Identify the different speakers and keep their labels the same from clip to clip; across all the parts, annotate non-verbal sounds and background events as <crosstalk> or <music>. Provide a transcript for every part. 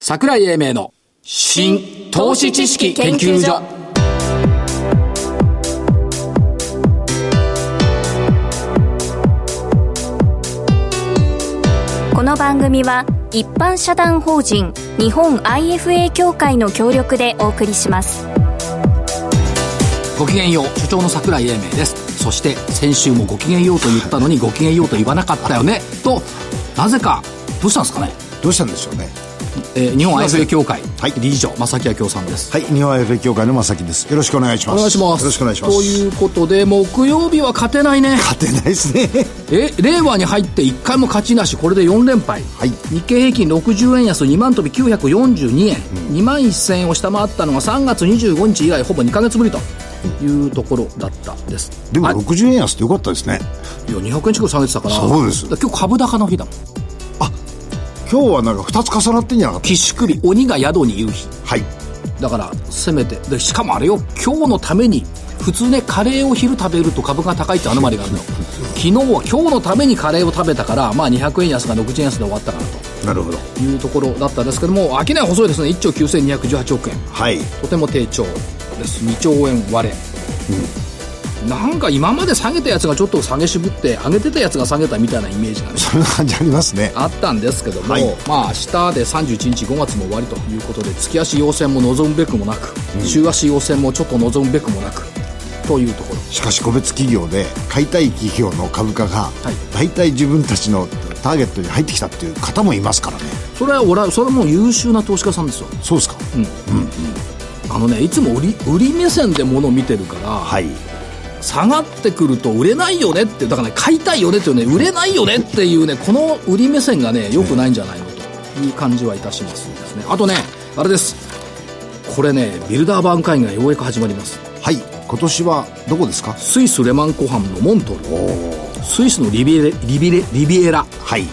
Speaker 1: 桜井英明の新投資知識研究所
Speaker 2: この番組は一般社団法人日本 IFA 協会の協力でお送りします
Speaker 1: ごきげんよう所長の桜井英明ですそして先週もごきげんようと言ったのにごきげんようと言わなかったよねとなぜかどうしたんですかね、
Speaker 3: どうしたんでしょうね
Speaker 1: えー日本
Speaker 3: ません
Speaker 1: IFA 協会、
Speaker 3: はい
Speaker 1: 理事長正木明夫さんです
Speaker 3: はい日本 FA 協会の正木ですよろしくお願いします
Speaker 1: お願いします
Speaker 3: よろしくお願いします
Speaker 1: ということで木曜日は勝てないね
Speaker 3: 勝てないですね
Speaker 1: え令和に入って1回も勝ちなしこれで4連敗、
Speaker 3: はい
Speaker 1: 日経平均60円安2万飛び942円、2万1000円を下回ったのが3月25日以来ほぼ2か月ぶりというところだったです
Speaker 3: <laughs> でも
Speaker 1: あいや
Speaker 3: 60円安ってよかったですね
Speaker 1: 200円近く下げてたから
Speaker 3: そうです
Speaker 1: だから今日株高の日だもん
Speaker 3: 今日はなんか2つ重なってんじゃなかっ
Speaker 1: 岸首鬼が宿に夕日
Speaker 3: たはい
Speaker 1: だからせめてでしかもあれよ今日のために普通ねカレーを昼食べると株が高いってアノマリがあるのよ昨日は今日のためにカレーを食べたから、まあ、200円安が60円安で終わったかなと
Speaker 3: なるほど
Speaker 1: というところだったんですけども商いは細いですね1兆9218億円
Speaker 3: はい
Speaker 1: とても低調です2兆円割れ、なんか今まで下げたやつがちょっと下げ渋って上げてたやつが下げたみたいなイメージがね
Speaker 3: そんな感じありますね
Speaker 1: あったんですけども、
Speaker 3: はい
Speaker 1: まあ明日で31日5月も終わりということで月足要線も望むべくもなく、週足要線もちょっと望むべくもなくというところ
Speaker 3: しかし個別企業で買いたい企業の株価が
Speaker 1: い
Speaker 3: 大体自分たちのターゲットに入ってきたっていう方もいますからね
Speaker 1: それは俺はそれはもう優秀な投資家さんですよ
Speaker 3: そうですか
Speaker 1: あのねいつも売り売り目線で物を見てるから、
Speaker 3: はい
Speaker 1: 下がってくると売れないよねってだから、ね、買いたいよねっていうね売れないよねっていうねこの売り目線がね良くないんじゃないのという感じはいたしますですねあとねあれですこれねビルダーバーン会議がようやく始まります
Speaker 3: はい今年はどこですか
Speaker 1: スイスレマン湖畔のモントルスイスのリビエレリビエレリビエラ
Speaker 3: はい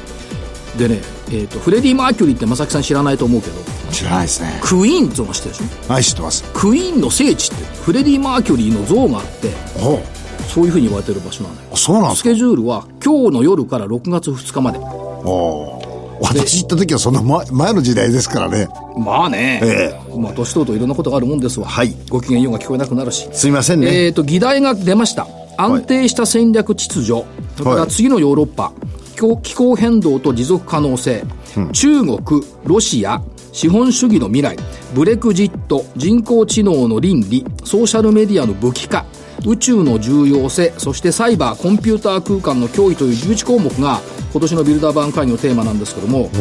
Speaker 1: でね、えー、とフレディ・マーキュリーって正木さん知らないと思うけど
Speaker 3: 知らないですね
Speaker 1: クイーンっていうの知ってるでしょ
Speaker 3: はい知ってます
Speaker 1: クイーンの聖地ってフレディ・マーキュリーの像があって
Speaker 3: おう
Speaker 1: そういうふうに言われてる場所なのよ
Speaker 3: あそうなんです
Speaker 1: ス
Speaker 3: か
Speaker 1: ケジュールは今日の夜から6月2日まで
Speaker 3: おう私行った時はそんな前前の時代ですからね
Speaker 1: まあね、
Speaker 3: え
Speaker 1: まあ年取るといろんなことがあるもんですわ、
Speaker 3: はい
Speaker 1: ご機嫌ようが聞こえなくなるし、
Speaker 3: すいませんね、
Speaker 1: えっ、と議題が出ました安定した戦略秩序、それから次のヨーロッパ気候気候変動と持続可能性、中国ロシア資本主義の未来ブレクジット人工知能の倫理ソーシャルメディアの武器化宇宙の重要性そしてサイバーコンピューター空間の脅威という11項目が今年のビルダーバーン会議のテーマなんですけども、こう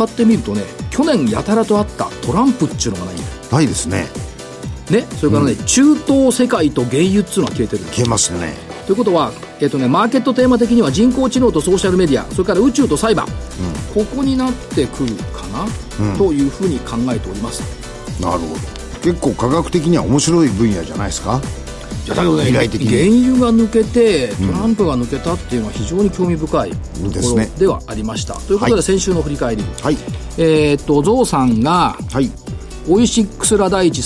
Speaker 1: やって見るとね去年やたらとあったトランプっちゅうのがないんだよ
Speaker 3: ないですね
Speaker 1: ね、それからね、中東世界と原油っつうのは消えてる
Speaker 3: 消えますね
Speaker 1: ということは、えっとね、マーケットテーマ的には人工知能とソーシャルメディアそれから宇宙とサイバー、ここになってくるかな、というふうに考えております
Speaker 3: なるほど結構科学的には面白い分野じゃないですか
Speaker 1: いやだけどね
Speaker 3: 未
Speaker 1: 原
Speaker 3: 来的に
Speaker 1: 油が抜けてトランプが抜けたっていうのは非常に興味深いと
Speaker 3: んで
Speaker 1: こ
Speaker 3: す
Speaker 1: ろ
Speaker 3: ね
Speaker 1: ではありました、ということ
Speaker 3: は
Speaker 1: で
Speaker 3: い
Speaker 1: 先週の振り返り、
Speaker 3: はい
Speaker 1: えーっとゾウさんが
Speaker 3: はい
Speaker 1: オイシックスラ第一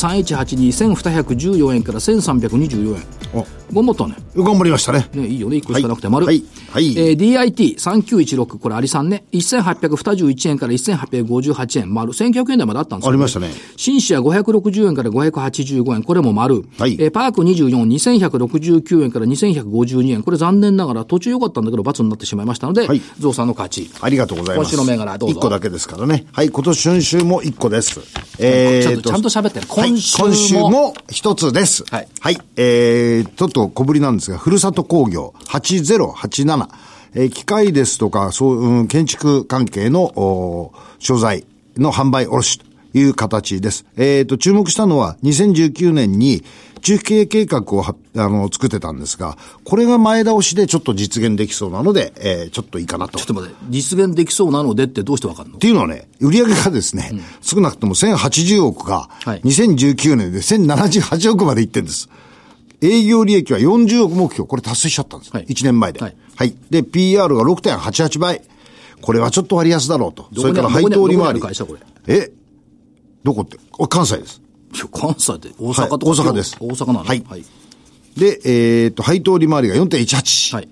Speaker 1: 31821214円から1324円
Speaker 3: お
Speaker 1: 頑張ったね
Speaker 3: 頑張りましたね
Speaker 1: ね、いいよね、1個しかなくて丸。
Speaker 3: はいはい
Speaker 1: えー、DIT3916、これ、アリさんね。1821円から1858円、丸。1900円台まであったんです
Speaker 3: あ
Speaker 1: よ。
Speaker 3: りましたね
Speaker 1: シンシア560円から585円、これも丸。
Speaker 3: はい
Speaker 1: えーパーク24、2169円から2152円、これ残念ながら途中良かったんだけど、罰になってしまいましたので、
Speaker 3: はい
Speaker 1: ゾウさんの勝ち。
Speaker 3: ありがとうございます
Speaker 1: 今週の銘柄どうぞ
Speaker 3: 1個だけですからねはい今年春秋も1個ですえ
Speaker 1: ちょ
Speaker 3: ー
Speaker 1: っとちゃんと喋ってね
Speaker 3: はい
Speaker 1: 今週も
Speaker 3: 今週も1つです
Speaker 1: はい
Speaker 3: えー、ちょっと小ぶりなんですがふるさと工業8087えー機械ですとか、そう、うん、建築関係の、おー所在の販売卸という形です。えっ、と、注目したのは2019年に中継計画をはあの、作ってたんですが、これが前倒しでちょっと実現できそうなので、えーちょっといいかなと
Speaker 1: ちょっと待って、実現できそうなのでってどうしてわかるの
Speaker 3: っていうのはね、売上がですね、少なくとも1080億が、
Speaker 1: はい
Speaker 3: 2019年で1078億までいってんです。営業利益は40億目標、これ達成しちゃったんです。
Speaker 1: はい
Speaker 3: 1年前で。
Speaker 1: は
Speaker 3: はいい。で、PR が6.88倍。これはちょっと割安だろうと。
Speaker 1: どこ
Speaker 3: そ
Speaker 1: に
Speaker 3: れから配当利回
Speaker 1: どこにある
Speaker 3: り
Speaker 1: 会社これ。
Speaker 3: えどこってお関西です。
Speaker 1: いや関西で、大阪とか、
Speaker 3: はい大阪です
Speaker 1: 大阪なの
Speaker 3: はい
Speaker 1: はい。
Speaker 3: で、えっと、配当利回りが4.18。
Speaker 1: はい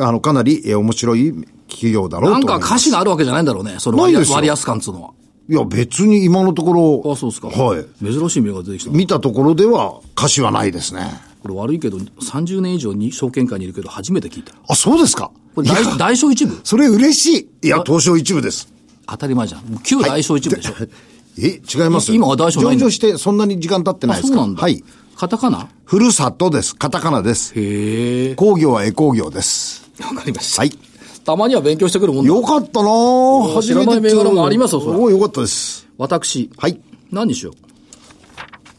Speaker 3: あの、かなり、えー面白い企業だろうと
Speaker 1: な
Speaker 3: 思
Speaker 1: ん
Speaker 3: います。
Speaker 1: か歌詞があるわけじゃないんだろうね、その
Speaker 3: ない
Speaker 1: 割
Speaker 3: で
Speaker 1: 安
Speaker 3: すよ
Speaker 1: 割安感っつうのは。
Speaker 3: いや、別に今のところ。
Speaker 1: あ、そうですか。
Speaker 3: はい。
Speaker 1: 珍しい銘柄出てきたな。
Speaker 3: 見たところでは、歌詞はないですね。
Speaker 1: これ悪いけど、30年以上に証券会にいるけど、初めて聞いた。
Speaker 3: あ、そうですか。
Speaker 1: これ大、大小一部
Speaker 3: それ嬉しい。いや、東証一部です。
Speaker 1: 当たり前じゃん。旧大小一部で
Speaker 3: <laughs>
Speaker 1: しょ。
Speaker 3: え、違います。
Speaker 1: 今は大小ない
Speaker 3: 上
Speaker 1: んだ
Speaker 3: 場してそんなに時間経って
Speaker 1: あ、
Speaker 3: ないで
Speaker 1: そ
Speaker 3: す
Speaker 1: う
Speaker 3: か
Speaker 1: なんだ。
Speaker 3: はい。。
Speaker 1: カタカナ
Speaker 3: ふるさとです。カタカナです。
Speaker 1: へえ。
Speaker 3: 工業はエ工業です。
Speaker 1: わかりました。
Speaker 3: はい。
Speaker 1: たまには勉強してくるもんだ。
Speaker 3: よかったなぁ。初
Speaker 1: 知ら
Speaker 3: めて
Speaker 1: ない銘柄もありますよそれ
Speaker 3: おーよかったです。
Speaker 1: 私。
Speaker 3: はい。
Speaker 1: 何にしよう。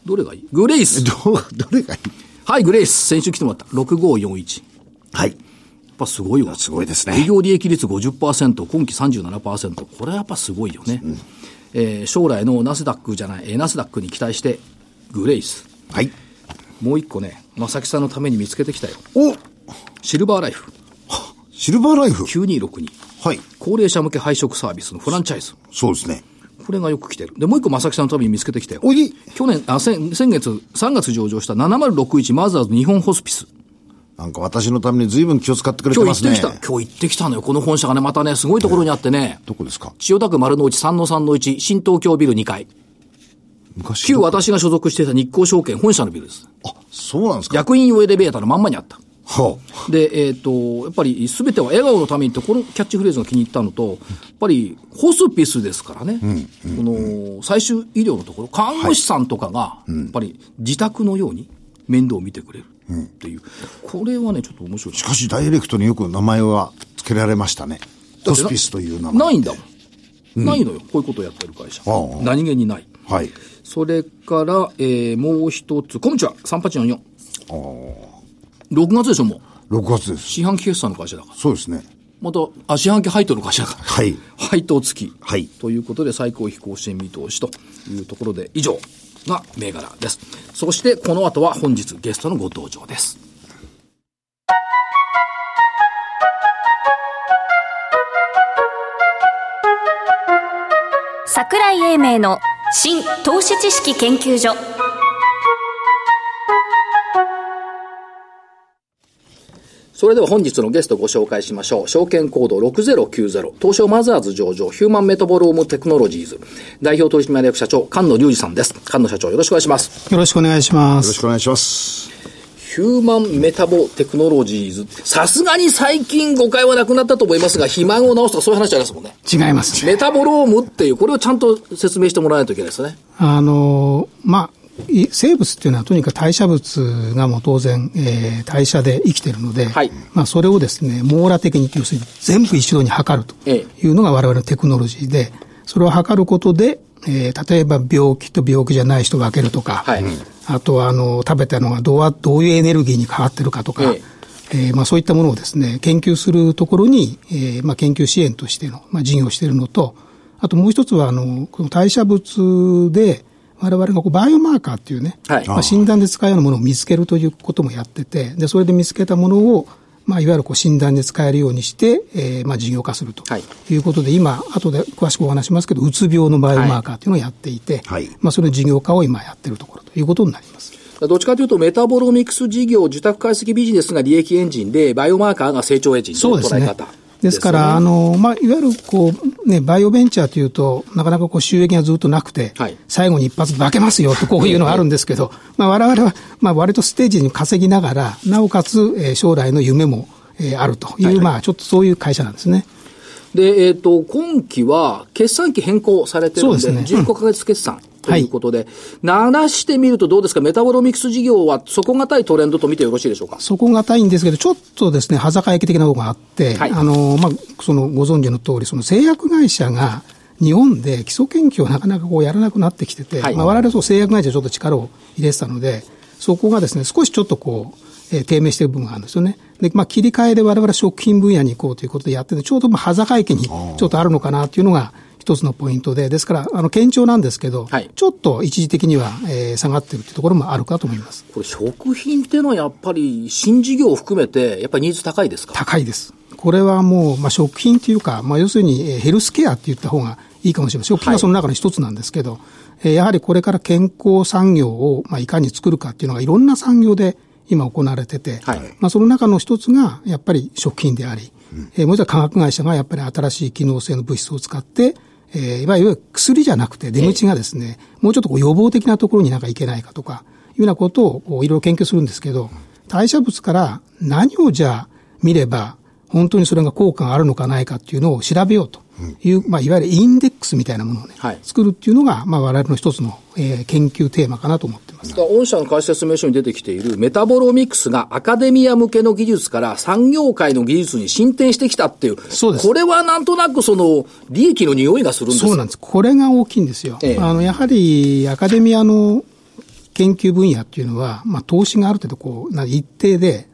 Speaker 1: どれがいいグレイス。
Speaker 3: ど、どれがいい
Speaker 1: はい、グレイス。先週来てもらった。6541。
Speaker 3: はい。
Speaker 1: やっぱすごいわ。
Speaker 3: すごいです
Speaker 1: 営
Speaker 3: ね。
Speaker 1: 業利益率50%、今期37%、これはやっぱすごいよね。えー将来のナスダックじゃない、えーナスダックに期待して、グレイス。
Speaker 3: はい。
Speaker 1: もう一個ね、正木さんのために見つけてきたよ。
Speaker 3: お
Speaker 1: シルバーライフ
Speaker 3: シルバーライフ。
Speaker 1: 9262。
Speaker 3: はい。
Speaker 1: 高齢者向け配食サービスのフランチャイズ。
Speaker 3: そうですね。
Speaker 1: これがよく来てる。で、もう一個正木さんのために見つけてきたよ。
Speaker 3: おい
Speaker 1: 去年、あ、先先月、3月上場した7061マザーズ日本ホスピス。
Speaker 3: なんか私のために随分気を使ってくれて
Speaker 1: 今
Speaker 3: ま
Speaker 1: 日
Speaker 3: す
Speaker 1: 行っ
Speaker 3: ね。
Speaker 1: てきた。今日行ってきたのよ。この本社がね、またね、すごいところにあってね。
Speaker 3: どこですか
Speaker 1: 千代田区丸の内3の3の1、新東京ビル2階。
Speaker 3: 昔。
Speaker 1: 旧私が所属していた日興証券本社のビルです。
Speaker 3: あ、そうなんですか
Speaker 1: 役員用エレベーターのまんまにあった。
Speaker 3: はあ
Speaker 1: で、えっ、と、やっぱり全ては笑顔のためにって、このキャッチフレーズが気に入ったのと、やっぱりホスピスですからね、この最終医療のところ、看護師さんとかが、やっぱり自宅のように面倒を見てくれるっていう、これはね、ちょっと面白い。
Speaker 3: しかしダイレクトによく名前は付けられましたね。ホスピスという名前。
Speaker 1: ないんだもん。ないのよ。こういうことをやってる会社
Speaker 3: ああ。
Speaker 1: 何気にない。
Speaker 3: はい。
Speaker 1: それから、えー、もう一つ。こんにちは。3844。6月でしょ、もう。
Speaker 3: 6月です。
Speaker 1: 四半期決算の会社だから。
Speaker 3: そうですね。
Speaker 1: また、あ、四半期配当の会社だから。 <laughs>
Speaker 3: はい。
Speaker 1: 配当付き。
Speaker 3: はい
Speaker 1: ということで、最高飛行支援見通しというところで、以上が銘柄です。そして、この後は本日ゲストのご登場です。
Speaker 2: 桜井英明の新投資知識研究所
Speaker 1: それでは本日のゲストをご紹介しましょう。証券コード6090、東証マザーズ上場、ヒューマンメタボロームテクノロジーズ、代表取締役社長、菅野隆二さんです。菅野社長、よろしくお願いします。
Speaker 4: よろしくお願いしま
Speaker 3: よろし
Speaker 4: す。
Speaker 3: くお願いします。
Speaker 1: ヒューマンメタボテクノロジーズ。さすがに最近誤解はなくなったと思いますが、肥満を治すとかそういう話じゃないですもんね。
Speaker 4: 違いますね。
Speaker 1: メタボロームっていう、これをちゃんと説明してもらわないといけないですね。
Speaker 4: あの、まあ、い生物っていうのはとにかく代謝物がもう当然、えー代謝で生きてるので、
Speaker 1: はい
Speaker 4: まあそれをですね、網羅的に、要するに全部一度に測ると
Speaker 1: え
Speaker 4: いうのが我々のテクノロジーで、それを測ることで、えー例えば病気と病気じゃない人を分けるとか、
Speaker 1: はい
Speaker 4: あとはあの食べたのがどうはどういうエネルギーに変わってるかとか、
Speaker 1: え
Speaker 4: えーまあ、そういったものをですね、研究するところに、えーまあ、研究支援としての、まあ、事業をしているのと、あともう一つはあのこの代謝物で、我々がこうバイオマーカーっていうね、
Speaker 1: はい
Speaker 4: まあ、診断で使うようなものを見つけるということもやってて、でそれで見つけたものを、まあ、いわゆるこう診断で使えるようにして、えーまあ、事業化すると
Speaker 1: はい
Speaker 4: いうことで、今、後で詳しくお話しますけど、うつ病のバイオマーカーっていうのをやっていて、
Speaker 3: はい
Speaker 4: まあ、その事業化を今やってるところということになります。
Speaker 1: どっちかというと、メタボロミクス事業、受託解析ビジネスが利益エンジンで、バイオマーカーが成長エンジンと
Speaker 4: そ
Speaker 1: いうう
Speaker 4: で
Speaker 1: 捉
Speaker 4: す
Speaker 1: え
Speaker 4: ね
Speaker 1: 方。。
Speaker 4: ですから、あの、まあ、いわゆる、こう、ね、バイオベンチャーというと、なかなかこう収益がずっとなくて、
Speaker 1: はい
Speaker 4: 最後に一発化けますよと、こういうのはあるんですけど、 <laughs> まあ、我々は、まあ、割とステージに稼ぎながら、なおかつ、えー将来の夢も、えーあるという、まあ、ちょっとそういう会社なんですね。
Speaker 1: で、えっ、と、今期は決算期変更されてるんで、
Speaker 4: そうですね
Speaker 1: 15ヶ月決算と
Speaker 4: はいいう
Speaker 1: ことで、鳴らしてみるとどうですか、メタボロミクス事業は底堅いトレンドと見てよろしいでしょうか。
Speaker 4: 底堅いんですけど、ちょっとですね、はざか駅的なとこがあって、
Speaker 1: はい
Speaker 4: あの、まあ、その、ご存知の通り、その製薬会社が、日本で基礎研究をなかなかこうやらなくなってきてて、
Speaker 1: はい
Speaker 4: まあ、我々そう製薬会社ちょっと力を入れてたので、そこがですね、少しちょっとこう、えー低迷している部分があるんですよね。で、まあ、切り替えで我々食品分野に行こうということでやってて、ちょうどまあ、はざか駅にちょっとあるのかなっていうのが一つのポイントで、ですから、あの、堅調なんですけど、
Speaker 1: はい
Speaker 4: ちょっと一時的には、えー下がってるっていうところもあるかと思います。
Speaker 1: これ、食品ってのはやっぱり、新事業を含めて、やっぱりニーズ高いですか
Speaker 4: 高いです。これはもう、まあ、食品というか、まあ、要するにえーヘルスケアって言った方がいいかもしれません。食品がその中の一つなんですけど、えーやはりこれから健康産業を、まあ、いかに作るかっていうのがいろんな産業で今行われてて、
Speaker 1: はい
Speaker 4: まあ、その中の一つがやっぱり食品であり、えーもう一つは化学会社がやっぱり新しい機能性の物質を使って、えー、いわゆる薬じゃなくて出口がですね、もうちょっとこう予防的なところになんかいけないかとか、いうようなことをこういろいろ研究するんですけど、代謝物から何をじゃあ見れば、本当にそれが効果があるのかないかっていうのを調べようという、まあ、いわゆるインデックスみたいなものをね、
Speaker 1: はい
Speaker 4: 作るっていうのが、まあ、我々の一つの、えー研究テーマかなと思ってます。
Speaker 1: だから御社の会社説明書に出てきているメタボロミクスがアカデミア向けの技術から産業界の技術に進展してきたっていう。
Speaker 4: そうです
Speaker 1: これはなんとなくその利益の匂いがするんです
Speaker 4: そうなんです。これが大きいんですよ。
Speaker 1: ええ
Speaker 4: あの、やはり、アカデミアの研究分野っていうのは、まあ、投資がある程度、こう、な一定で、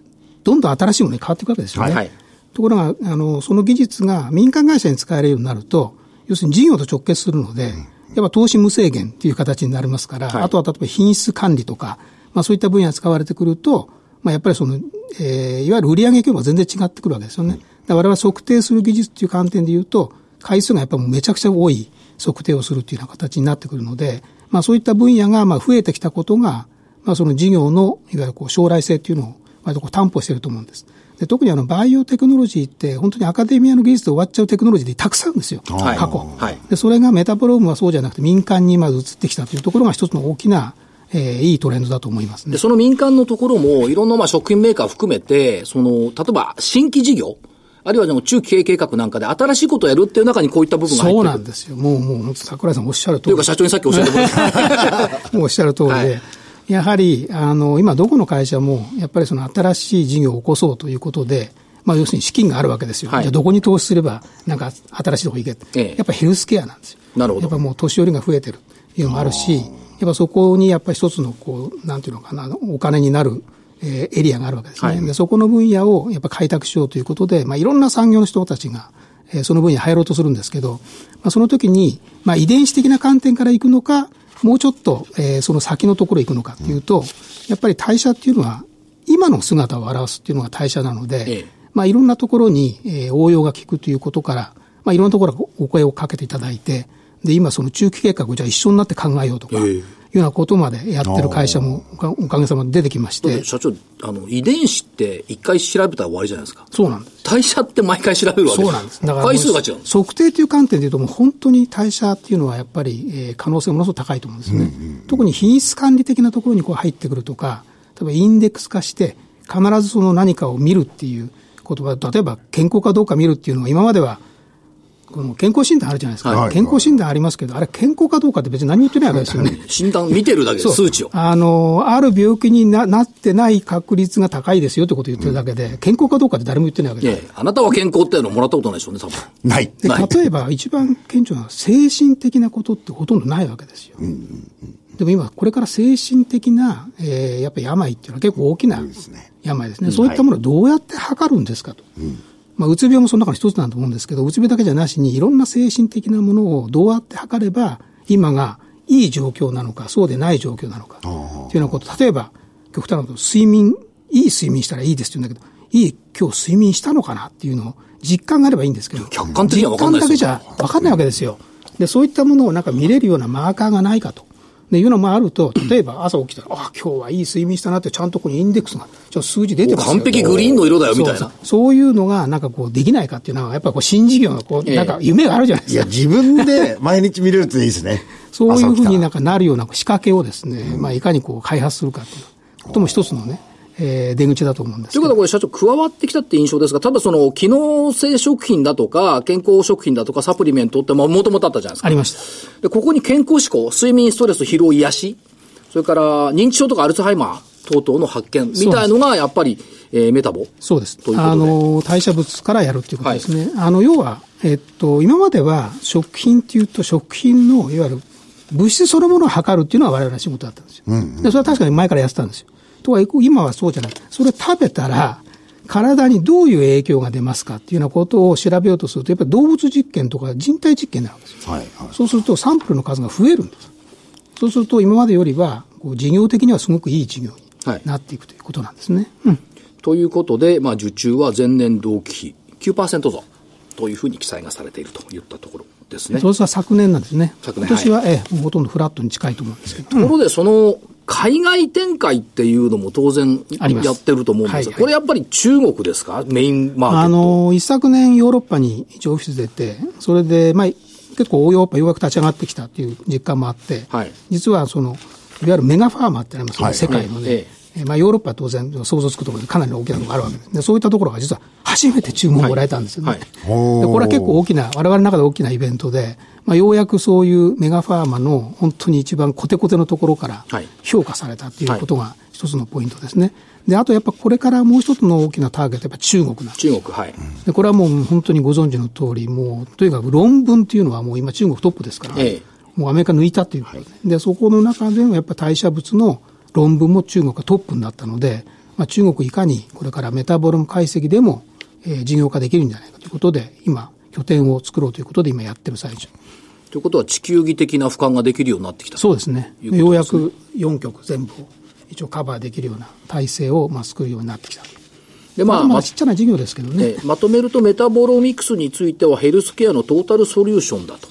Speaker 4: どんどん新しいものに変わっていくわけですよね。
Speaker 1: はいはい
Speaker 4: ところが、あの、その技術が民間会社に使えるようになると、要するに事業と直結するので、やっぱ投資無制限っていう形になりますから、
Speaker 1: はい
Speaker 4: あとは例えば品質管理とか、まあそういった分野に使われてくると、まあやっぱりその、えーいわゆる売上規模が全然違ってくるわけですよね。だから我々は測定する技術っていう観点で言うと、回数がやっぱりめちゃくちゃ多い測定をするっていうような形になってくるので、まあそういった分野がまあ増えてきたことが、まあその事業のいわゆるこう将来性っていうのを割とこう担保してると思うんです。で特にあのバイオテクノロジーって本当にアカデミアの技術で終わっちゃうテクノロジーでたくさんあるんですよ。
Speaker 1: はい
Speaker 4: 過去。
Speaker 1: はい
Speaker 4: でそれがメタボロームはそうじゃなくて民間にまず移ってきたというところが一つの大きな、えーいいトレンドだと思いますね
Speaker 1: で、。その民間のところも、いろんなまあ食品メーカー含めて、その、例えば新規事業、あるいはその中期経営計画なんかで新しいことをやるっていう中にこういった部分が入って
Speaker 4: そ
Speaker 1: く
Speaker 4: う
Speaker 1: る。
Speaker 4: なんですよ。もう、もう、本当桜井さんおっしゃる
Speaker 1: と
Speaker 4: 通
Speaker 1: い
Speaker 4: り
Speaker 1: うか。社長にさっき教えてもら
Speaker 4: <laughs>
Speaker 1: った。
Speaker 4: もうおっしゃる通りで、
Speaker 1: はい
Speaker 4: やはり、あの、今どこの会社も、やっぱりその新しい事業を起こそうということで、まあ要するに資金があるわけですよ。
Speaker 1: はい
Speaker 4: じゃあどこに投資すれば、なんか新しいとこ行けって、
Speaker 1: ええ
Speaker 4: やっぱヘルスケアなんですよ。
Speaker 1: なるほど
Speaker 4: やっぱもう年寄りが増えてるっていうのもあるし、やっぱそこにやっぱり一つの、こう、なんていうのかな、お金になる、えーエリアがあるわけですね、
Speaker 1: はい
Speaker 4: で。そこの分野をやっぱ開拓しようということで、まあいろんな産業の人たちが、えーその分野に入ろうとするんですけど、まあ、その時に、まあ、遺伝子的な観点から行くのか、もうちょっと、えーその先のところへ行くのかっていうと、やっぱり代謝っていうのは、今の姿を表すっていうのが代謝なので、
Speaker 1: ええ
Speaker 4: まあ、いろんなところに、えー応用が効くということから、まあ、いろんなところからお声をかけていただいて、で、今その中期計画をじゃあ一緒になって考えようとか、いうようなことまでやってる会社もおかおかげさまで出てきまし
Speaker 1: だってて、社長、あの、遺伝子って一回調べたら終わりじゃないですか。
Speaker 4: そうなんです。
Speaker 1: 代謝って毎回調べるわけ
Speaker 4: そうなんです。だから
Speaker 1: 回数が違うんです。
Speaker 4: 測定という観点で言うと、もう本当に代謝っていうのはやっぱり、えー可能性がものすごく高いと思うんですね。特に品質管理的なところにこう入ってくるとか、例えばインデックス化して、必ずその何かを見るっていう言葉、例えば健康かどうか見るっていうのは、今までは、この健康診断あるじゃないですか。
Speaker 3: はい
Speaker 4: 健康診断ありますけど、あれ健康かどうかって別に何も言ってないわけですよね。
Speaker 1: 診断見てるだけで
Speaker 4: そう
Speaker 1: 数値を。
Speaker 4: あの、ある病気にななってない確率が高いですよってことを言ってるだけで、健康かどうかって誰も言ってないわけ
Speaker 1: い
Speaker 4: で
Speaker 1: やいや、あなたは健康ってのもらったことないでしょうね、多分。
Speaker 3: ない。
Speaker 4: で
Speaker 1: ない
Speaker 4: 例えば一番顕著なのは精神的なことってほとんどないわけですよ。でも今これから精神的な、えーやっぱり病っていうのは結構大きな病ですね。そういったものをどうやって測るんですかと。まあ、うつ病もその中の一つなんだと思うんですけど、うつ病だけじゃなしにいろんな精神的なものをどうやって測れば今がいい状況なのか、そうでない状況なのか、というようなこと。例えば、極端なこと、睡眠、いい睡眠したらいいですって言うんだけど、いい今日睡眠したのかなっていうのを実感があればいいんですけど、
Speaker 1: 客観的には分かんないで
Speaker 4: 実感だけ
Speaker 1: す
Speaker 4: じ
Speaker 1: よ
Speaker 4: ゃ分かんないわけですよ。で、そういったものをなんか見れるようなマーカーがないかと。でいうのもあ
Speaker 1: <clears throat>
Speaker 4: ると、例えば朝起きたら、あ今日はいい睡眠したなって、ちゃんとここにインデックスが、ちょ数字出てますよ
Speaker 1: 完璧グリーンの色だよ、みたいな。
Speaker 4: そうそうそういうのが、なんかこう、できないかっていうのは、やっぱりこう、新事業のこう、
Speaker 1: ええ
Speaker 4: なんか夢があるじゃないで
Speaker 3: <laughs> い
Speaker 4: す
Speaker 3: や、
Speaker 4: か。
Speaker 3: 自分で毎日見れるっていいですね。
Speaker 4: そういうふうになん
Speaker 3: か。
Speaker 4: かなるような仕掛けをですね、まあ、いかにこう、開発するかっていうことも一つのね、えー出口だと思うんです
Speaker 1: とい
Speaker 4: け
Speaker 1: うこと
Speaker 4: ど
Speaker 1: はこれ社長加わってきたって印象ですが、ただその機能性食品だとか、健康食品だとか、サプリメントってもともとあったじゃないです
Speaker 4: あ
Speaker 1: か。
Speaker 4: りました。
Speaker 1: で、ここに健康志向、睡眠、ストレス、疲労、癒し、それから認知症とかアルツハイマー等々の発見みたいのがやっぱり、えーメタボ。
Speaker 4: そうです
Speaker 1: ということで。
Speaker 4: あの、代謝物からやるっていうことですね。あの、要は、えっと、今までは食品っていうと食品の、いわゆる物質そのものを測るっていうのは我々の仕事だったんですよ。でそれは確かに前からやってたんですよ。とはいえ今はそうじゃない。それを食べたら、体にどういう影響が出ますかっていうようなことを調べようとすると、やっぱり動物実験とか人体実験になるんですよ。
Speaker 3: はい、はい。
Speaker 4: そうするとサンプルの数が増えるんです。そうすると今までよりは、こう事業的にはすごくいい事業になっていくということなんですね。うん
Speaker 1: ということで、まあ、受注は前年同期比9%増というふうに記載がされているといったところですね。
Speaker 4: そ
Speaker 1: と
Speaker 4: れは昨年なんですね。
Speaker 1: 昨年
Speaker 4: 今年は、ええ、もうほとんどフラットに近いと思うんですけど。
Speaker 1: ころで、その、海外展開っていうのも当然
Speaker 4: あります
Speaker 1: やってると思うんですが、
Speaker 4: はいはい
Speaker 1: これやっぱり中国ですかメインマーケット。
Speaker 4: あの、一昨年ヨーロッパに一応オフィス出て、それで、まあ、結構、ヨーロッパようやく立ち上がってきたっていう実感もあって、
Speaker 1: はい
Speaker 4: 実はその、いわゆるメガファーマーってありますよね、
Speaker 3: はい
Speaker 4: 世界のね。
Speaker 1: ええ
Speaker 4: えーまあ、ヨーロッパは当然、想像つくところでかなり大きなのがあるわけです。でそういったところが実は初めて注文をもらえたん <laughs> ですよね。
Speaker 1: はいはい
Speaker 4: でこれは結構大きな、我々の中で大きなイベントで、まあ、ようやくそういうメガファーマの本当に一番コテコテのところから
Speaker 1: はい
Speaker 4: 評価されたということが一つのポイントですね。で、あとやっぱこれからもう一つの大きなターゲットはやっぱ中国なんです。
Speaker 1: 中国、はい。
Speaker 4: でこれはもう本当にご存知の通り、もうとにかく論文というのはもう今、中国トップですから、
Speaker 1: ええ
Speaker 4: もうアメリカ抜いたということで,、で、そこの中でもやっぱり代謝物の論文も中国がトップになったので、まあ、中国いかにこれからメタボロム解析でも、えー事業化できるんじゃないかということで、今、拠点を作ろうということで、今やってる最中。
Speaker 1: ということは地球儀的な俯瞰ができるようになってきた。
Speaker 4: そうですね。
Speaker 1: という
Speaker 4: ようやく4曲全部を一応カバーできるような体制を、まあ、作るようになってきた。
Speaker 1: で、ま
Speaker 4: まあ、
Speaker 1: あ、
Speaker 4: ま
Speaker 1: ま
Speaker 4: だちっちゃな事業ですけどね。
Speaker 1: えーまとめるとメタボロミクスについてはヘルスケアのトータルソリューションだと。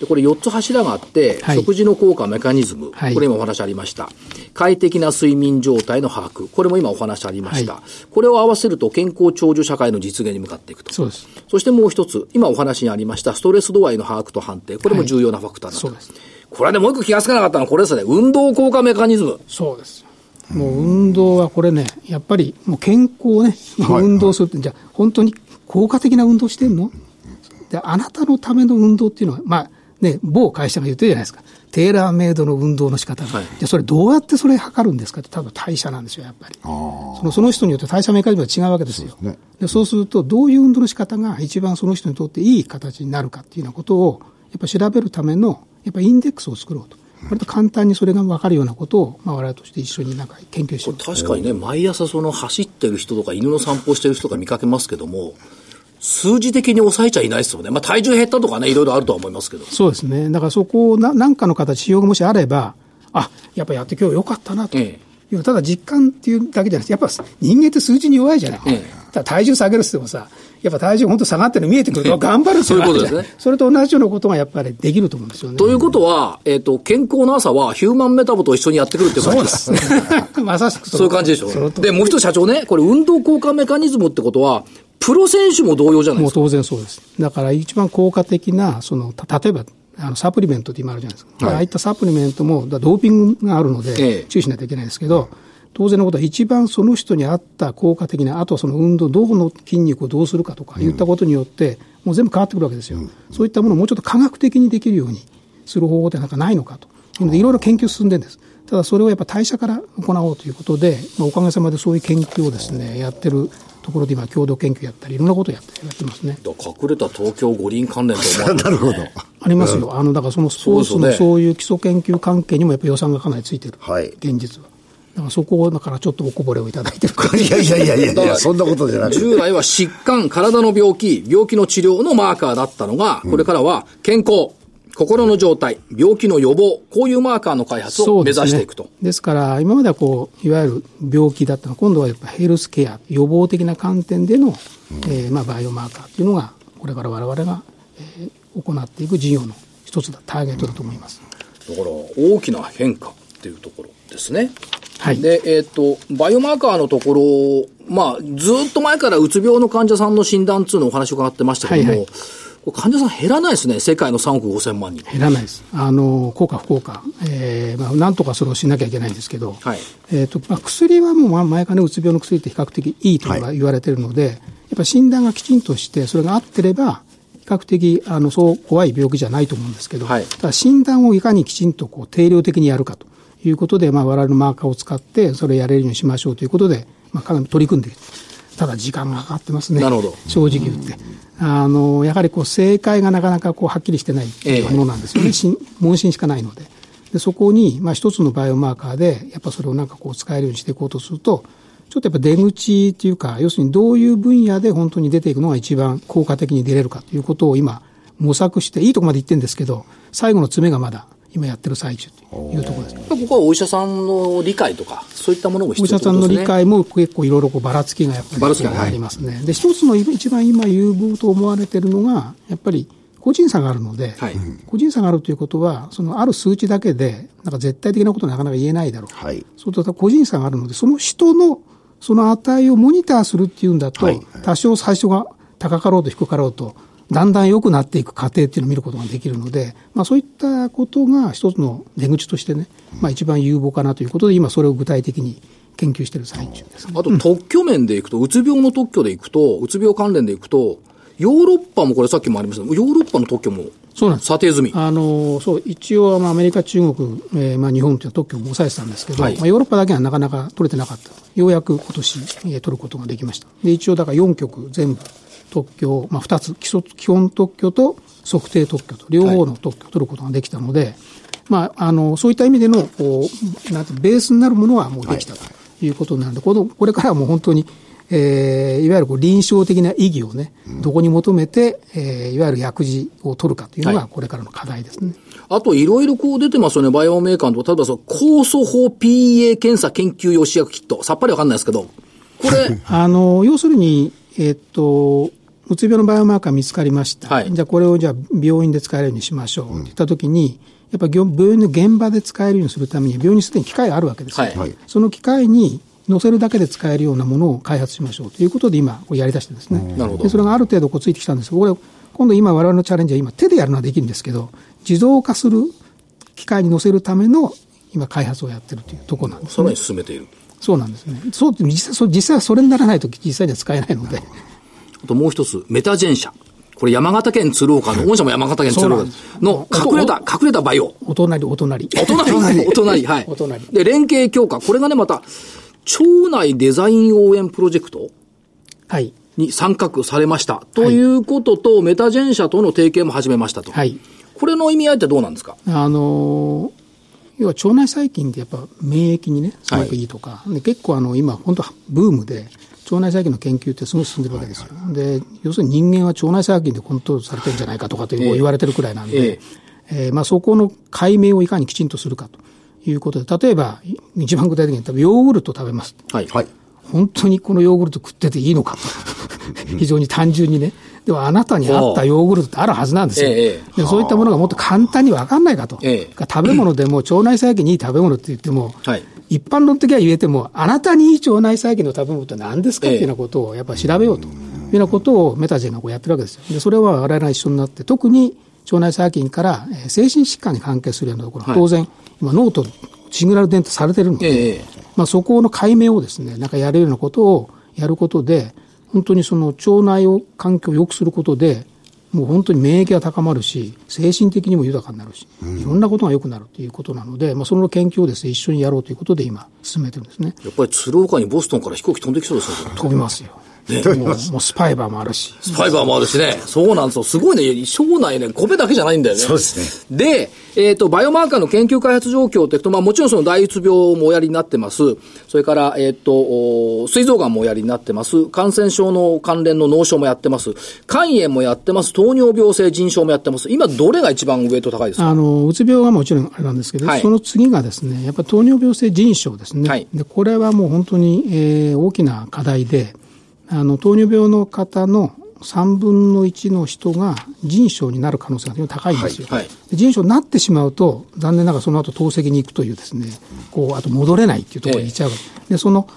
Speaker 1: でこれ4つ柱があって、
Speaker 4: はい
Speaker 1: 食事の効果メカニズム、
Speaker 4: はい
Speaker 1: これ今お話ありました快適な睡眠状態の把握これも今お話ありました、
Speaker 4: は
Speaker 1: これを合わせると健康長寿社会の実現に向かっていくと
Speaker 4: そうです。
Speaker 1: そしてもう一つ、今お話にありました、ストレス度合いの把握と判定。これも重要なファクターだと、
Speaker 4: はいそう
Speaker 1: これはね、もう一個気がつかなかったのは、これですね。運動効果メカニズム。
Speaker 4: そうですよもう運動はこれね、やっぱりもう健康をね、
Speaker 3: はい
Speaker 4: 運動するって、じゃあ本当に効果的な運動してんので、あなたのための運動っていうのは、まあね、某会社が言ってるじゃないですか。テーラーメイドの運動の仕方、
Speaker 1: はい
Speaker 4: じゃあそれどうやってそれ測るんですかって多分代謝なんですよ、やっぱり。そのその人によって代謝メカニズムが違うわけですよ。
Speaker 3: ね
Speaker 4: でそうすると、どういう運動の仕方が一番その人にとっていい形になるかっていうようなことを、やっぱ調べるための、やっぱインデックスを作ろうと。割と簡単にそれが分かるようなことを、まあ、我々として一緒になんか研究しようと。
Speaker 1: 確かにね、毎朝その走ってる人とか犬の散歩してる人とか見かけますけども、数字的に抑えちゃいないですよね。まあ体重減ったとかね、いろいろあるとは思いますけど。
Speaker 4: そうですね。だからそこをな、なんかの形、仕様がもしあれば、あ、やっぱやって今日良かったなと。
Speaker 1: え
Speaker 4: 要はただ実感っていうだけじゃなくて、やっぱ人間って数字に弱いじゃない。
Speaker 1: ええ
Speaker 4: ただ体重下げるっつってもさ、やっぱ体重本当下がってるの見えてくると、頑張るって
Speaker 1: そういうこと
Speaker 4: のがあるじゃん
Speaker 1: ですね
Speaker 4: それと同じようなことがやっぱりできると思うんですよね。
Speaker 1: ということは、えっ、と、健康な朝はヒューマンメタボと一緒にやってくるっていう感じです。
Speaker 4: まさしく
Speaker 1: そういう感じでし
Speaker 4: その
Speaker 1: ょ。
Speaker 4: 通
Speaker 1: で、
Speaker 4: り
Speaker 1: もう一つ社長ね、これ運動効果メカニズムってことは、プロ選手も同様じゃない
Speaker 4: も
Speaker 1: で
Speaker 4: う
Speaker 1: すか。
Speaker 4: 当然そうです。だから一番効果的な、その、た例えば、あの、サプリメントって今あるじゃないですか。
Speaker 1: はい
Speaker 4: ああいったサプリメントも、だドーピングがあるの
Speaker 1: ええ
Speaker 4: で、注意しないといけないですけど、当然のことは一番その人に合った効果的な、あとはその運動、どこの筋肉をどうするかとか、言ったことによって、もう全部変わってくるわけですよ。そういったものをもうちょっと科学的にできるようにする方法ってなんかないのかと。いうのでいろいろ研究進んでるんです。ただそれをやっぱ代謝から行おうということで、まあ、おかげさまでそういう研究をですね、やってるところで今共同研究やったり、いろんなことをやってやってますね。
Speaker 1: 隠れた東京五輪関連と思わない
Speaker 3: <laughs> なるほど。
Speaker 4: ありますよ、あのだからそのスポーツ
Speaker 1: そうですよ
Speaker 4: の
Speaker 1: ね
Speaker 4: そういう基礎研究関係にもやっぱり予算がかなりついてる、
Speaker 3: はい
Speaker 4: 現実は。だからそこをだからちょっとおこぼれをいただいてる感
Speaker 3: い
Speaker 4: じ
Speaker 3: やいやいやいやいや、そんなことじゃなくて。
Speaker 1: 従来は疾患、体の病気、病気の治療のマーカーだったのが、これからは健康、心の状態、病気の予防、こういうマーカーの開発を目指していくと。
Speaker 4: そうですね、ですから、今まではこういわゆる病気だったの今度はやっぱヘルスケア、予防的な観点での、えーまあ、バイオマーカーというのが、これから我々が、えー行っていく事業の一つだ、ターゲットだと思います。
Speaker 1: だから、大きな変化っていうところですね。
Speaker 4: はい
Speaker 1: で、えっ、と、バイオマーカーのところ、まあ、ずっと前からうつ病の患者さんの診断っていうのをお話を伺ってましたけども、
Speaker 4: はいはい
Speaker 1: これ患者さん減らないですね、世界の3億5千万人。
Speaker 4: 減らないです。あの、効果不効果、えーまあ、なんとかそれをしなきゃいけないんですけど、
Speaker 1: はい
Speaker 4: えっ、と、まあ、薬はもうまあ前からね、うつ病の薬って比較的いいとか言われてるので、やっぱ診断がきちんとして、それが合ってれば、比較的、あの、そう怖い病気じゃないと思うんですけど、
Speaker 1: はい
Speaker 4: ただ診断をいかにきちんとこう定量的にやるかということで、まあ、我々のマーカーを使って、それをやれるようにしましょうということで、まあ、かなり取り組んでいる。ただ時間がかかってますね。
Speaker 1: なるほど
Speaker 4: 正直言って。あの、やはりこう正解がなかなかこうはっきりしてない
Speaker 1: ええ
Speaker 4: ものなんですよね。しん問診しかないので。でそこに、まあ、一つのバイオマーカーで、やっぱそれをなんかこう使えるようにしていこうとすると、ちょっとやっぱ出口というか、要するにどういう分野で本当に出ていくのが一番効果的に出れるかということを今、模索して、いいとこまで行ってるんですけど、最後の詰めがまだ今やってる最中というところです。
Speaker 1: ここはお医者さんの理解とか、そういったものも必
Speaker 4: お
Speaker 1: 要
Speaker 4: 医者さんの理
Speaker 1: ってことですね
Speaker 4: 解も結構いろいろこうばらつきがやっぱ
Speaker 1: ばらつき
Speaker 4: り
Speaker 1: がはい
Speaker 4: ありますね。で、一つの一番今有望と思われてるのが、やっぱり個人差があるので、
Speaker 1: はい
Speaker 4: 個人差があるということは、そのある数値だけで、なんか絶対的なことはなかなか言えないだろう。
Speaker 3: はい。
Speaker 4: そうすると個人差があるので、その人のその値をモニターするっていうんだと、多少最初が高かろうと低かろうと、だんだん良くなっていく過程っていうのを見ることができるので、まあ、そういったことが一つの出口としてね、まあ、一番有望かなということで、今、それを具体的に研究している最中です、ね、
Speaker 1: あと特許面でいくと、うつ病の特許でいくと、うつ病関連でいくと、ヨーロッパもこれ、さっきもありましたヨーロッパの特許も
Speaker 4: そうなんです
Speaker 1: 査定済み。
Speaker 4: あのそう一応、まあ、アメリカ、中国、えーまあ、日本というのは特許も抑えてたんですけど、
Speaker 1: はい
Speaker 4: まあ、ヨーロッパだけはなかなか取れてなかった、ようやく今年、えー取ることができました、で一応、だから4局全部特許を、まあ、2つ基礎、基本特許と測定特許と、両方の特許を取ることができたので、まあ、あのそういった意味でのこうなんてベースになるものはもうできたということなので、このこれからはもう本当に。えーいわゆるこう臨床的な意義をね、どこに求めて、えーいわゆる薬事を取るかというのが、これからの課題ですね。
Speaker 1: あと、いろいろこう出てますよね、バイオメーカーのとこ例えばその、酵素法 PEA 検査研究用試薬キット。さっぱりわかんないですけど。こ
Speaker 4: <laughs>
Speaker 1: れ、
Speaker 4: あの要するに、えっと、うつ病のバイオマーカー見つかりました、
Speaker 1: はい
Speaker 4: じゃあこれをじゃあ病院で使えるようにしましょうって言ったときに、やっぱり病院の現場で使えるようにするためには、病院にすでに機械があるわけですよ、
Speaker 1: はいはい
Speaker 4: その機械に載せるだけで使えるようなものを開発しましょうということで、今、こうやり出してるんですね。
Speaker 1: なるほど
Speaker 4: でそれがある程度こうついてきたんですけど、これ、今度今、我々のチャレンジは今、手でやるのはできるんですけど、自動化する機械に載せるための、今、開発をやってるというところなんですね
Speaker 1: さらに進めている。
Speaker 4: そうなんですね。そう、実際、そう実際はそれにならないと実際には使えないので。
Speaker 1: あともう一つ、メタジェン社。これ山形県鶴岡の、御社も山形県鶴
Speaker 4: そうな
Speaker 1: 岡
Speaker 4: んです
Speaker 1: の隠れた、隠れたバイオ。
Speaker 4: お隣、お隣。
Speaker 1: お隣、お隣、はい。
Speaker 4: お隣
Speaker 1: で、連携強化。これがね、また、町内デザイン応援プロジェクト
Speaker 4: はい。
Speaker 1: に参画されました。ということと、メタジェン社との提携も始めましたと。
Speaker 4: はい。
Speaker 1: これの意味合いってどうなんですか
Speaker 4: あのー要は腸内細菌ってやっぱ免疫にね、すごくいいとか、で結構あの、今、本当ブームで、腸内細菌の研究ってすごい進んでるわけですよ。で、要するに人間は腸内細菌でコントロールされてるんじゃないかとかという、こう言われてるくらいなんで、
Speaker 1: ええ
Speaker 4: えーまあ、そこの解明をいかにきちんとするかということで、例えば、い一番具体的に、多分ヨーグルト食べます。
Speaker 1: はい。
Speaker 3: はい。
Speaker 4: 本当にこのヨーグルト食ってていいのか <laughs> と、非常に単純にね、ではあなたに合ったヨーグルトってあるはずなんですよ、
Speaker 1: えええ
Speaker 4: でそういったものがもっと簡単に分かんないかと、
Speaker 1: ええ
Speaker 4: か食べ物でも腸内細菌にいい食べ物って言っても、
Speaker 1: はい
Speaker 4: 一般論的には言えても、あなたにいい腸内細菌の食べ物って何ですかっ
Speaker 1: ええ
Speaker 4: ていうようなことをやっぱり調べようというようなことをメタジェンがこうやってるわけですよ、でそれは我々が一緒になって、特に腸内細菌からえー精神疾患に関係するようなところ、
Speaker 1: はい
Speaker 4: 当然、今、脳とシグナル伝達されてるので、
Speaker 1: ええ
Speaker 4: まあ、そこの解明をですね、なんかやれるようなことをやることで、本当にその腸内を、環境を良くすることで、もう本当に免疫が高まるし、精神的にも豊かになるし、いろんなことが良くなるということなので、まあ、その研究をですね、一緒にやろうということで今、進めてるんですね。
Speaker 1: やっぱり鶴岡にボストンから飛行機飛んできそうですね。
Speaker 4: 飛びますよ。もうもうスパイバーもあるし。
Speaker 1: スパイバーもあるしね。そうなんですよ。すごいね。省内ね、米だけじゃないんだよね。
Speaker 3: そうです
Speaker 1: ね。で、えっ、と、バイオマーカーの研究開発状況っていくと、まあもちろんその大うつ病もおやりになってます。それから、えっ、と、お膵臓がんもおやりになってます。感染症の関連の脳症もやってます。肝炎もやってます。糖尿病性腎症もやってます。今、どれが一番ウエイト高いですか
Speaker 4: あのうつ病はもちろんあれなんですけど、
Speaker 1: はい
Speaker 4: その次がですねやっぱり糖尿病性腎症ですね、
Speaker 1: はい
Speaker 4: でこれはもう本当に、えー大きな課題であの糖尿病の方の3分の1の人が腎症になる可能性が非常に高いんですよ、
Speaker 1: はいはい
Speaker 4: で腎症になってしまうと残念ながらその後透析に行くというですねこうあと戻れないっていうところに行っちゃう、でその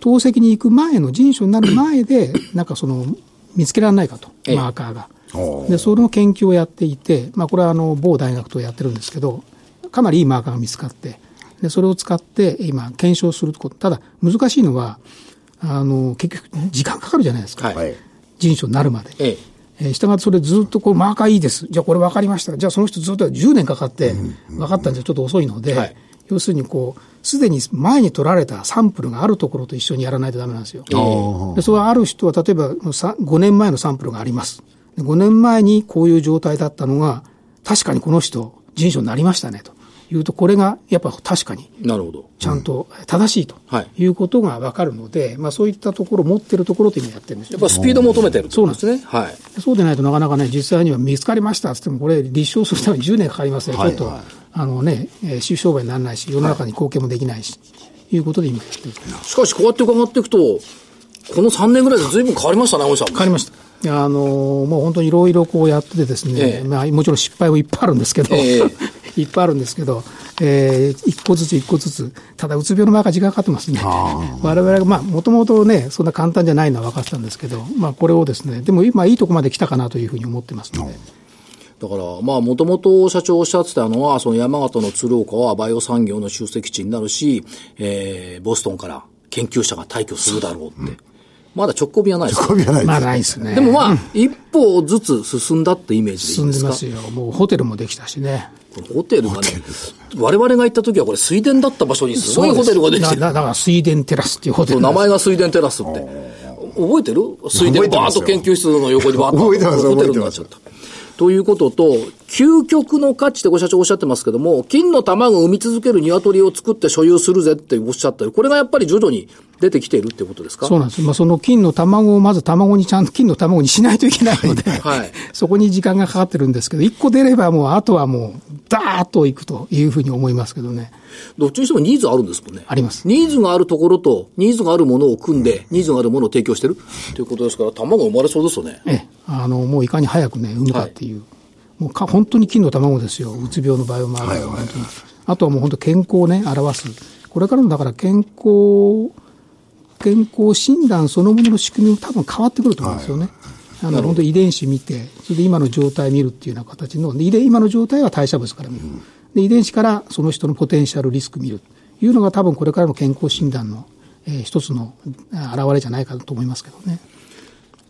Speaker 4: 透析に行く前の腎症になる前でなんかその見つけられないかと
Speaker 1: ええ
Speaker 4: マーカーが。
Speaker 3: おー
Speaker 4: でその研究をやっていて、まあ、これはあの某大学とやってるんですけどかなりいいマーカーが見つかってでそれを使って今検証することただ難しいのはあの結局時間かかるじゃないですか、
Speaker 1: はい。
Speaker 3: はい。
Speaker 4: 人種になるまで。
Speaker 1: ええ。
Speaker 4: えー、したがってそれずっとこうマーカーいいです。じゃあこれ分かりました。じゃあその人ずっと10年かかって分かったんじゃちょっと遅いので、
Speaker 1: はい
Speaker 4: 要するにこう、すでに前に取られたサンプルがあるところと一緒にやらないとダメなんですよ。でそれはある人は例えば5年前のサンプルがあります。で5年前にこういう状態だったのが、確かにこの人、人種になりましたねと。いうと、これがやっぱ確かに
Speaker 1: なるほど。
Speaker 4: ちゃんと正しいと
Speaker 1: はい
Speaker 4: いうことが分かるので、まあそういったところを持ってるところというのをやってるんですよ
Speaker 1: やっ。ぱスピード求めてるってことですね。はい。
Speaker 4: そうでないとなかなかね、実際には見つかりましたっつっても、これ、立証するために10年かかりますよ、ちょっと、あのね、えー、商売にならないし、世の中に貢献もできないし、ということで今やってる。
Speaker 1: しかし、こうやって伺っていくと、この3年ぐらいで随分変わりましたね、大井さん。変
Speaker 4: わかりました。あのーもう本当にいろいろこうやっててですね、
Speaker 1: ええ
Speaker 4: まあ、もちろん失敗もいっぱいあるんですけど、
Speaker 1: ええ
Speaker 4: <laughs> いっぱいあるんですけど、えー、一個ずつ一個ずつ、ただうつ病の場合は時間かかってますね。我々が、まあ、もともとね、そんな簡単じゃないのは分かってたんですけど、まあ、これをですね、でも今、いいとこまで来たかなというふうに思ってますので。
Speaker 1: だから、まあ、もともと社長おっしゃってたのは、その山形の鶴岡はバイオ産業の集積地になるし、えー、ボストンから研究者が退去するだろうって。まだ直行便はないですよ
Speaker 3: こびはない
Speaker 4: まあ、
Speaker 3: です。
Speaker 4: ないですね。
Speaker 1: でもまあ、一歩ずつ進んだってイメージでいい
Speaker 4: 進ん
Speaker 1: で
Speaker 4: です
Speaker 1: か
Speaker 4: ますよ。もうホテルもできたしね。
Speaker 1: このホテルがね、我々が行った時はこれ水田だった場所にすごいホテルができて
Speaker 4: ななだから水田テラスっていうホテ
Speaker 1: そ
Speaker 4: ル
Speaker 1: う
Speaker 4: な
Speaker 1: 名
Speaker 4: んです
Speaker 1: 前が水田テラスって。覚えてる水田
Speaker 3: 覚
Speaker 1: バ
Speaker 3: えて
Speaker 1: ー
Speaker 3: ま
Speaker 1: ッ
Speaker 3: す
Speaker 1: と
Speaker 3: よ
Speaker 1: 研究室の横にバーッと
Speaker 3: 覚えてます
Speaker 1: ホテルになっちゃった。ということと、究極の価値ってご社長おっしゃってますけども、金の卵を産み続ける鶏を作って所有するぜっておっしゃってる。これがやっぱり徐々に出てきているってことですか
Speaker 4: そうなんです。まあ、その金の卵をまず卵にちゃんと金の卵にしないといけないので、
Speaker 1: はい
Speaker 4: <laughs> そこに時間がかかってるんですけど、一個出ればもう、あとはもう、ダーッといくというふうに思いますけどね。
Speaker 1: どっちにしてもニーズあるんですもんね。
Speaker 4: あります
Speaker 1: ニーズがあるところと、ニーズがあるものを組んで、ニーズがあるものを提供してるということですから、卵生まれそうですよね。
Speaker 4: ええ、あの、もういかに早くね、産むかっていう。もうか、本当に金の卵ですよ。うつ病の場合もあるから、本当に。あとはもう本当健康をね、表す。これからの、だから健康、健康診断そのものの仕組みも多分変わってくると思うんですよね。あの、本当遺伝子見て、それで今の状態見るっていうような形の、で遺伝今の状態は代謝物から見る。で、遺伝子からその人のポテンシャルリスク見る。いうのが多分これからの健康診断の、えー一つのあ現れじゃないかと思いますけどね。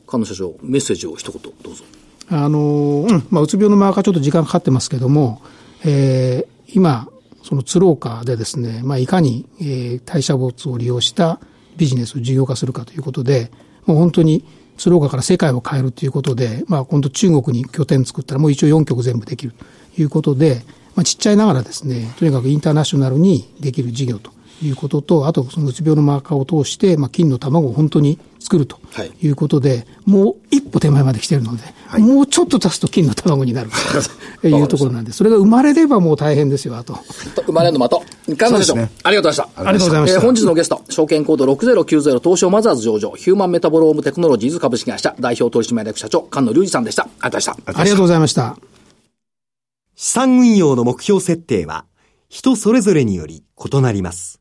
Speaker 1: 菅野社長、メッセージを一言どうぞ。
Speaker 4: あの、うん、まあ、うつ病のマーカーちょっと時間かかってますけども、えー今、その鶴岡でですね、まあ、いかに、えー、代謝物を利用したビジネスを事業化するかということで、もう本当に鶴岡から世界を変えるということで、まあ、今度中国に拠点作ったらもう一応4局全部できるということで、まあ、ちっちゃいながらですね、とにかくインターナショナルにできる事業ということと、あとそのうつ病のマーカーを通して、まあ、金の卵を本当に作ると
Speaker 1: はい
Speaker 4: ということで、もう一歩手前まで来てるので、もうちょっと足すと金の卵になるというところなんで、それが生まれればもう大変ですよ、あと。
Speaker 1: 生まれるの的。菅野社長、
Speaker 3: そうですね
Speaker 1: ありがとうございました。
Speaker 4: ありがとうございました
Speaker 1: えー本日のゲスト、証券コード6090東証マザーズ上場、ヒューマンメタボロームテクノロジーズ株式会社、代表取締役社長、菅野隆二さんでした。ありがとうございました。
Speaker 4: ありがとうございました。
Speaker 5: 資産運用の目標設定は人それぞれにより異なります。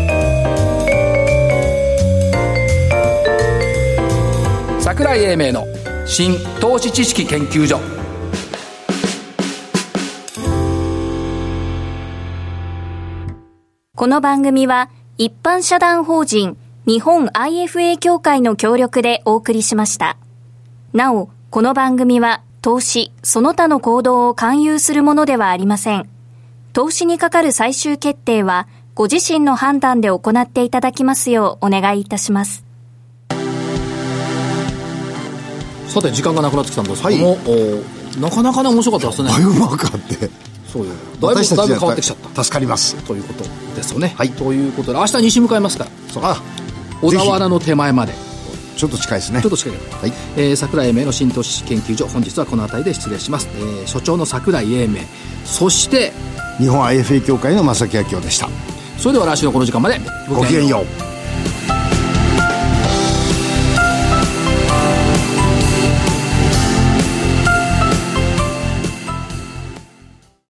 Speaker 1: 桜井英明の新投資知識研究所
Speaker 2: この番組は一般社団法人日本 IFA 協会の協力でお送りしました。なお、この番組は投資、その他の行動を勧誘するものではありません。投資にかかる最終決定はご自身の判断で行っていただきますようお願いいたします。
Speaker 1: さて時間がなくなってきたんですけども、おなかなかね面白かったですね
Speaker 3: バイオマーカーって、
Speaker 1: そうよだいぶ
Speaker 3: 私
Speaker 1: だ
Speaker 3: た
Speaker 1: い
Speaker 3: ち
Speaker 1: ぶ
Speaker 3: は
Speaker 1: 変わってきちゃった
Speaker 3: 助かります。
Speaker 1: ということですよね、
Speaker 3: はい
Speaker 1: ということで明日西向かいますからそう
Speaker 3: あ、
Speaker 1: 小田原の手前まで
Speaker 3: ちょっと近いですね。
Speaker 1: ちょっと近いけど、
Speaker 3: はい
Speaker 1: えー桜井英明の新都市研究所本日はこの辺りで失礼します、えー所長の桜井英明そして
Speaker 3: 日本 IFA 協会の正木明夫でした。
Speaker 1: それでは来週のこの時間まで
Speaker 3: ごきげんよう。